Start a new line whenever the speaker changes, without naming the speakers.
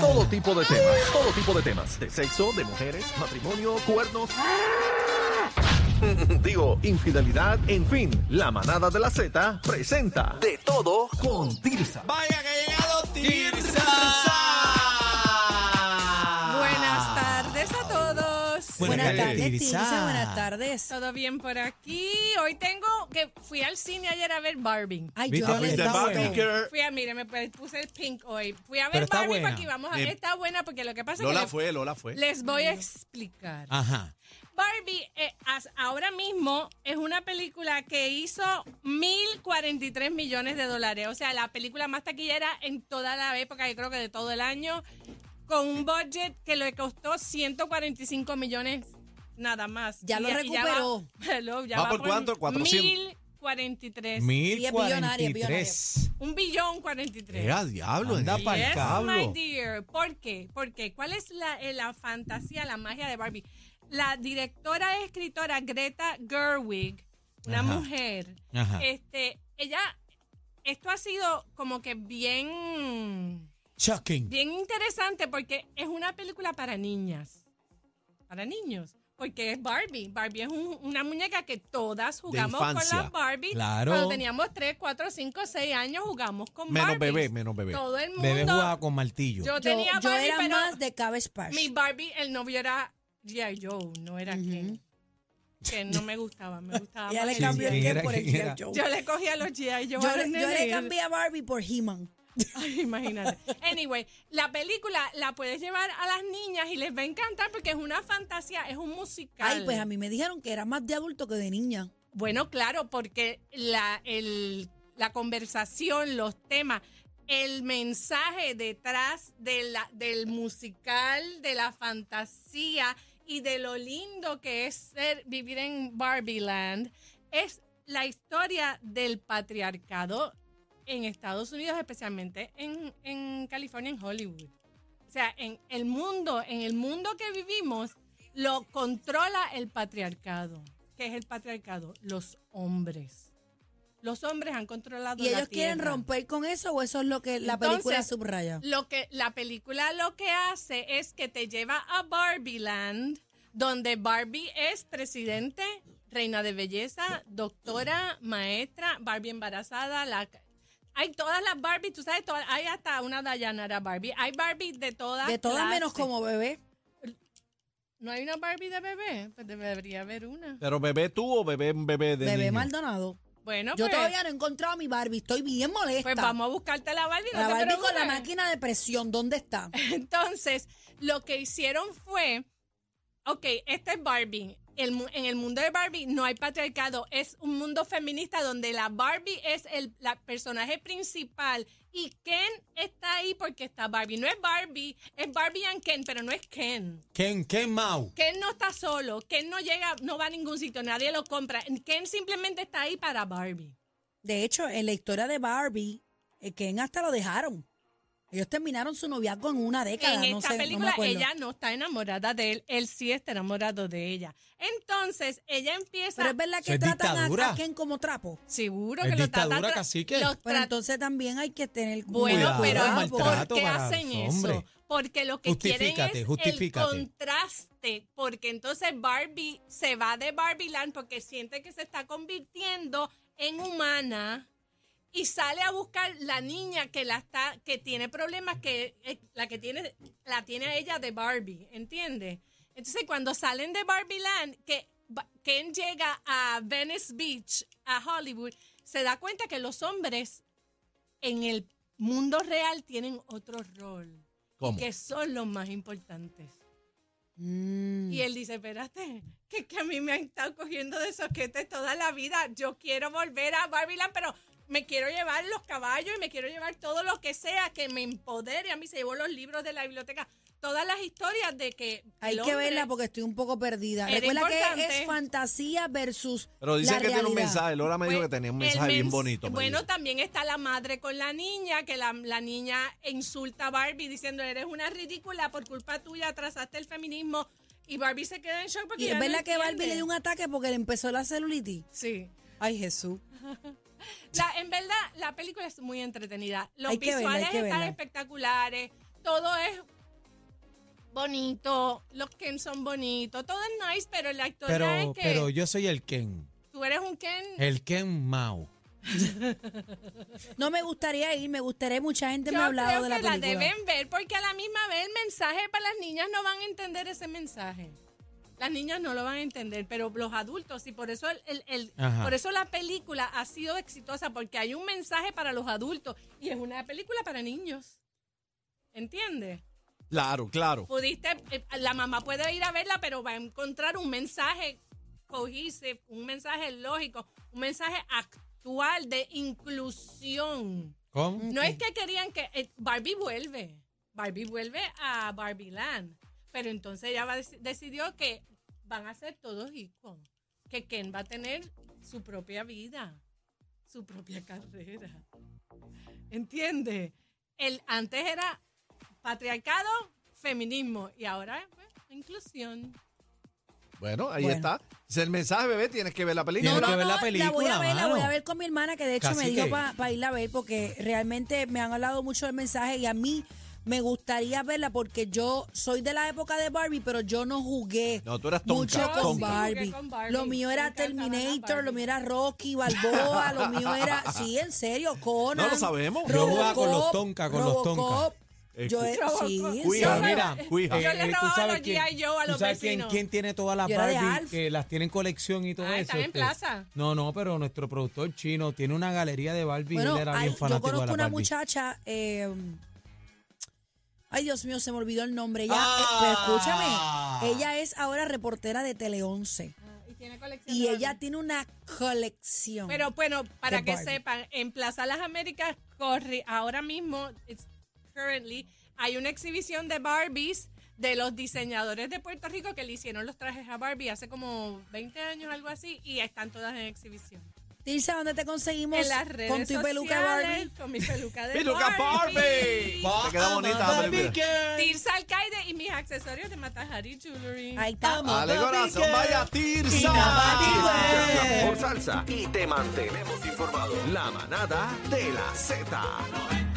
todo tipo de temas, todo tipo de temas, de sexo, de mujeres, matrimonio, cuernos. Ah. Digo, infidelidad, en fin, la manada de la Z presenta De todo con Tirsa.
Vaya que ha llegado Tirsa.
Ah,
Buenas tardes a todos.
Ah. Buenas
Buenas
tardes,
tardes,
Tirsa.
Tirsa. Buenas tardes.
¿Todo bien por aquí? Hoy tengo que fui al cine ayer a ver Barbie.
Ay,
¿Viste?
yo no
Fuiste
está
Barbie
bueno.
Girl.
Fui a, mire, me puse el pink hoy. Fui a
Pero
ver
está
Barbie
buena.
porque vamos a
Le-
está buena porque lo que pasa
Lola
es que
fue, Lola fue.
le- les voy a explicar.
Ajá.
Barbie eh, as- ahora mismo es una película que hizo 1.043 millones de dólares. O sea, la película más taquillera en toda la época, yo creo que de todo el año, con un budget que le costó 145 millones nada más.
Ya lo
y
recuperó.
va- lo- ya
¿Va por cuánto? 400.
1.043.
Sí, es billonaria, es
1043.
Un billón 43.
Era diablo, anda
Yes,
pa'l
my
cablo.
dear. ¿Por qué? ¿Por qué? ¿Cuál es la, eh, la fantasía, la magia de Barbie? La directora y escritora Greta Gerwig, una
Ajá.
mujer,
Ajá.
este, ella, esto ha sido como que bien,
Shocking.
bien interesante porque es una película para niñas, para niños. Porque es Barbie. Barbie es un- una muñeca que todas jugamos con
infancia.
las Barbie.
Claro.
Cuando teníamos 3, 4, 5, 6 años jugamos con
Menos
Barbies.
bebé, menos bebé.
Todo el mundo.
Bebé jugaba con martillo.
Yo
Yo,
tenía
yo
Barbie,
era
pero
más de Cabbage Patch.
mi Barbie, el novio era G.I. Joe, no era que, que no me gustaba, me gustaba
Ya
más
le
el
cambió el
G.I.
¿Quién
tiempo
era?
por el
¿Quién
G.I.
era?
Joe.
Joe.
Yo,
Yo le cogí a los G.I. Joe. a los
le- yo le
nenes.
cambié a Barbie por He-Man.
Ay, imagínate. Anyway, la película la puedes llevar a las niñas y les va a encantar porque es una fantasía, es un musical.
Ay, pues a mí me dijeron que era más de adulto que de niña.
Bueno, claro, porque la, el- la conversación, los temas, el mensaje detrás de la- del musical, de la fantasía y de lo lindo que es ser, vivir en Barbie Land, es la historia del patriarcado en Estados Unidos, especialmente en, en California, en Hollywood. O sea, en el mundo, en el mundo que vivimos, lo controla el patriarcado. ¿Qué es el patriarcado? Los hombres. Los hombres han controlado
¿Y
la
ellos quieren
tierra.
romper con eso o eso es lo que la
Entonces,
película subraya?
Lo que la película lo que hace es que te lleva a Barbie Land, donde Barbie es presidente, reina de belleza, doctora, maestra, Barbie embarazada, la hay todas las Barbie, tú sabes, todas- hay hasta una Dayanara Barbie, hay Barbie de todas
De todas menos
clases.
como bebé.
No hay una Barbie de bebé, pues debería haber una.
Pero bebé tú o bebé un bebé de
bebé
niño?
Maldonado.
Bueno,
Yo
pues,
todavía no he encontrado a mi Barbie. Estoy bien molesta.
pues vamos a buscarte la Barbie. no
la
te
Barbie con la
preocupes.
máquina de presión, ¿dónde está?
Entonces, lo que hicieron fue, ok, esta es Barbie. El mu- en el mundo de Barbie no hay patriarcado, es un mundo feminista donde la Barbie es el la personaje principal y Ken está ahí porque está Barbie. No es Barbie, es Barbie and Ken, pero no es Ken.
Ken, Ken Mau.
Ken no está solo, Ken no llega, no va a ningún sitio, nadie lo compra. Ken simplemente está ahí para Barbie.
De hecho, en la historia de Barbie, eh, Ken hasta lo dejaron. Ellos terminaron su noviazgo en una década.
en
no
esta
sé, no me
película
acuerdo.
ella no está enamorada de él, él sí está enamorado de ella. Entonces, ella empieza
Pero es verdad
Eso
que
es
tratan a-
dictadura.
a, Ken como trapo.
Seguro
Es
que lo tratan.
dictadura,
tra-
cacique.
los
Pero
tra-
entonces también hay que tener
bueno,
Cuidado,
pero
el
¿por
maltrato
qué
para
hacen
los hombres.
eso? Porque lo que quieren
Justifícate,
es el
justifícate.
contraste, porque entonces Barbie se va de Barbie Land porque siente que se está convirtiendo en humana y sale a buscar la niña que la está que tiene problemas que eh, la que tiene la tiene a ella de Barbie, ¿entiendes? Entonces cuando salen de Barbie Land que Ba- Ken llega a Venice Beach, a Hollywood, se da cuenta que los hombres en el mundo real tienen otro rol
¿Cómo?
que son los más importantes.
Mm.
Y él dice, espérate, que es que a mí me han estado cogiendo de soquete toda la vida. Yo quiero volver a Barbie Land, pero me quiero llevar los caballos y me quiero llevar todo lo que sea que me empodere. A mí se llevó los libros de la biblioteca. Todas las historias de que.
Hay
el
que
hombre-
verla porque estoy un poco perdida.
Era
Recuerda que
importante.
es fantasía versus.
Pero dicen
la
que tiene un
realidad.
mensaje. Laura me dijo
Pues,
que tenía un
el
mensaje bien
mens-
bonito. me
Bueno,
dijo.
también está la madre con la niña, que la, la niña insulta a Barbie diciendo, eres una ridícula, por culpa tuya atrasaste el feminismo. Y Barbie se queda en shock porque
Y
ella
es
no
verdad que
entiende.
Barbie le dio un ataque porque le empezó la celulitis.
Sí.
Ay, Jesús.
La- en verdad, la película es muy entretenida. Los
Hay que verla, hay
visuales
que
están
verla.
espectaculares. Todo es bonito. Los Ken son bonitos. Todo es nice, pero la historia
Pero,
es que
pero yo soy el Ken.
tú eres un Ken.
El Ken Mau.
No me gustaría ir, me gustaría. Mucha gente me ha
Yo
hablado
creo
de la
que la
película.
deben ver porque a la misma vez el mensaje para las niñas no van a entender ese mensaje. Las niñas no lo van a entender, pero los adultos y por eso el, el- el-
Ajá.
por eso la película ha sido exitosa porque hay un mensaje para los adultos y es una película para niños. ¿Entiendes?
Claro, claro.
Pudiste eh, la mamá puede ir a verla, pero va a encontrar un mensaje cohesive, un mensaje lógico, un mensaje actual de inclusión.
¿Cómo?
No es que querían que eh, Barbie vuelve. Barbie vuelve a Barbie Land. Pero entonces ella va a deci- decidió que van a ser todos igual. Que Ken va a tener su propia vida, su propia carrera. ¿Entiendes? El, antes era patriarcado, feminismo. Y ahora pues, inclusión.
Bueno, ahí
Bueno.
está. Es el mensaje, bebé. Tienes que ver la película.
Tienes que ver la
La voy a
película,
ver, la voy a
mano.
ver con mi hermana, que de hecho me
Cacique.
dijo para irla a ver, porque realmente me han hablado mucho del mensaje y a mí me gustaría verla porque yo soy de la época de Barbie, pero yo no jugué
No, tú eras tonta,
mucho
Yo
con,
sí
Barbie.
jugué con Barbie.
Lo mío era
Me encantaban las
Terminator, lo
Barbies.
mío era Rocky, Balboa, lo mío era, sí, en serio, Conan.
No lo sabemos.
Yo jugaba con los
Robocop,
tonka, con los tonka.
Robocop.
Eh,
Yo, era-
Robocop.
sí, en
Cuida,
serio.
Pero mira, Eh,
cuija.
Yo le
tú
robaba
sabes
los G.I. Joe a
tú
los
sabes quién,
vecinos.
quién tiene todas las
Yo era de
Barbie
Alf.
que las tiene en colección y todo
Ah,
eso?
están en
este?
plaza.
No, no, pero nuestro productor chino tiene una galería de Barbie
Bueno,
y él era
hay-
bien
yo
fanático de
conozco
la
una
Barbie.
muchacha. eh, ay, Dios mío, se me olvidó el nombre. Ella, eh,
Ah.
pero escúchame, ella es ahora reportera de Tele 11
Ah, Y, tiene colección
y
de
ella
Barbie.
tiene una colección.
Pero bueno, para
de
que
Barbie.
sepan, en Plaza Las Américas corre ahora mismo, it's currently, hay una exhibición de Barbies de los diseñadores de Puerto Rico que le hicieron los trajes a Barbie hace como 20 años, algo así, y están todas en exhibición.
Tirsa, ¿dónde te conseguimos
En las redes
con tu peluca
sociales,
Barbie?
Con mi peluca de
¡Peluca Barbie! Te queda bonita la película.
Tirsa Alcaide y mis accesorios de Matajari Jewelry.
Ahí estamos.
Dale corazón, vaya Tirsa.
Inabatible.
Por salsa y te mantenemos informado. La manada de la Z.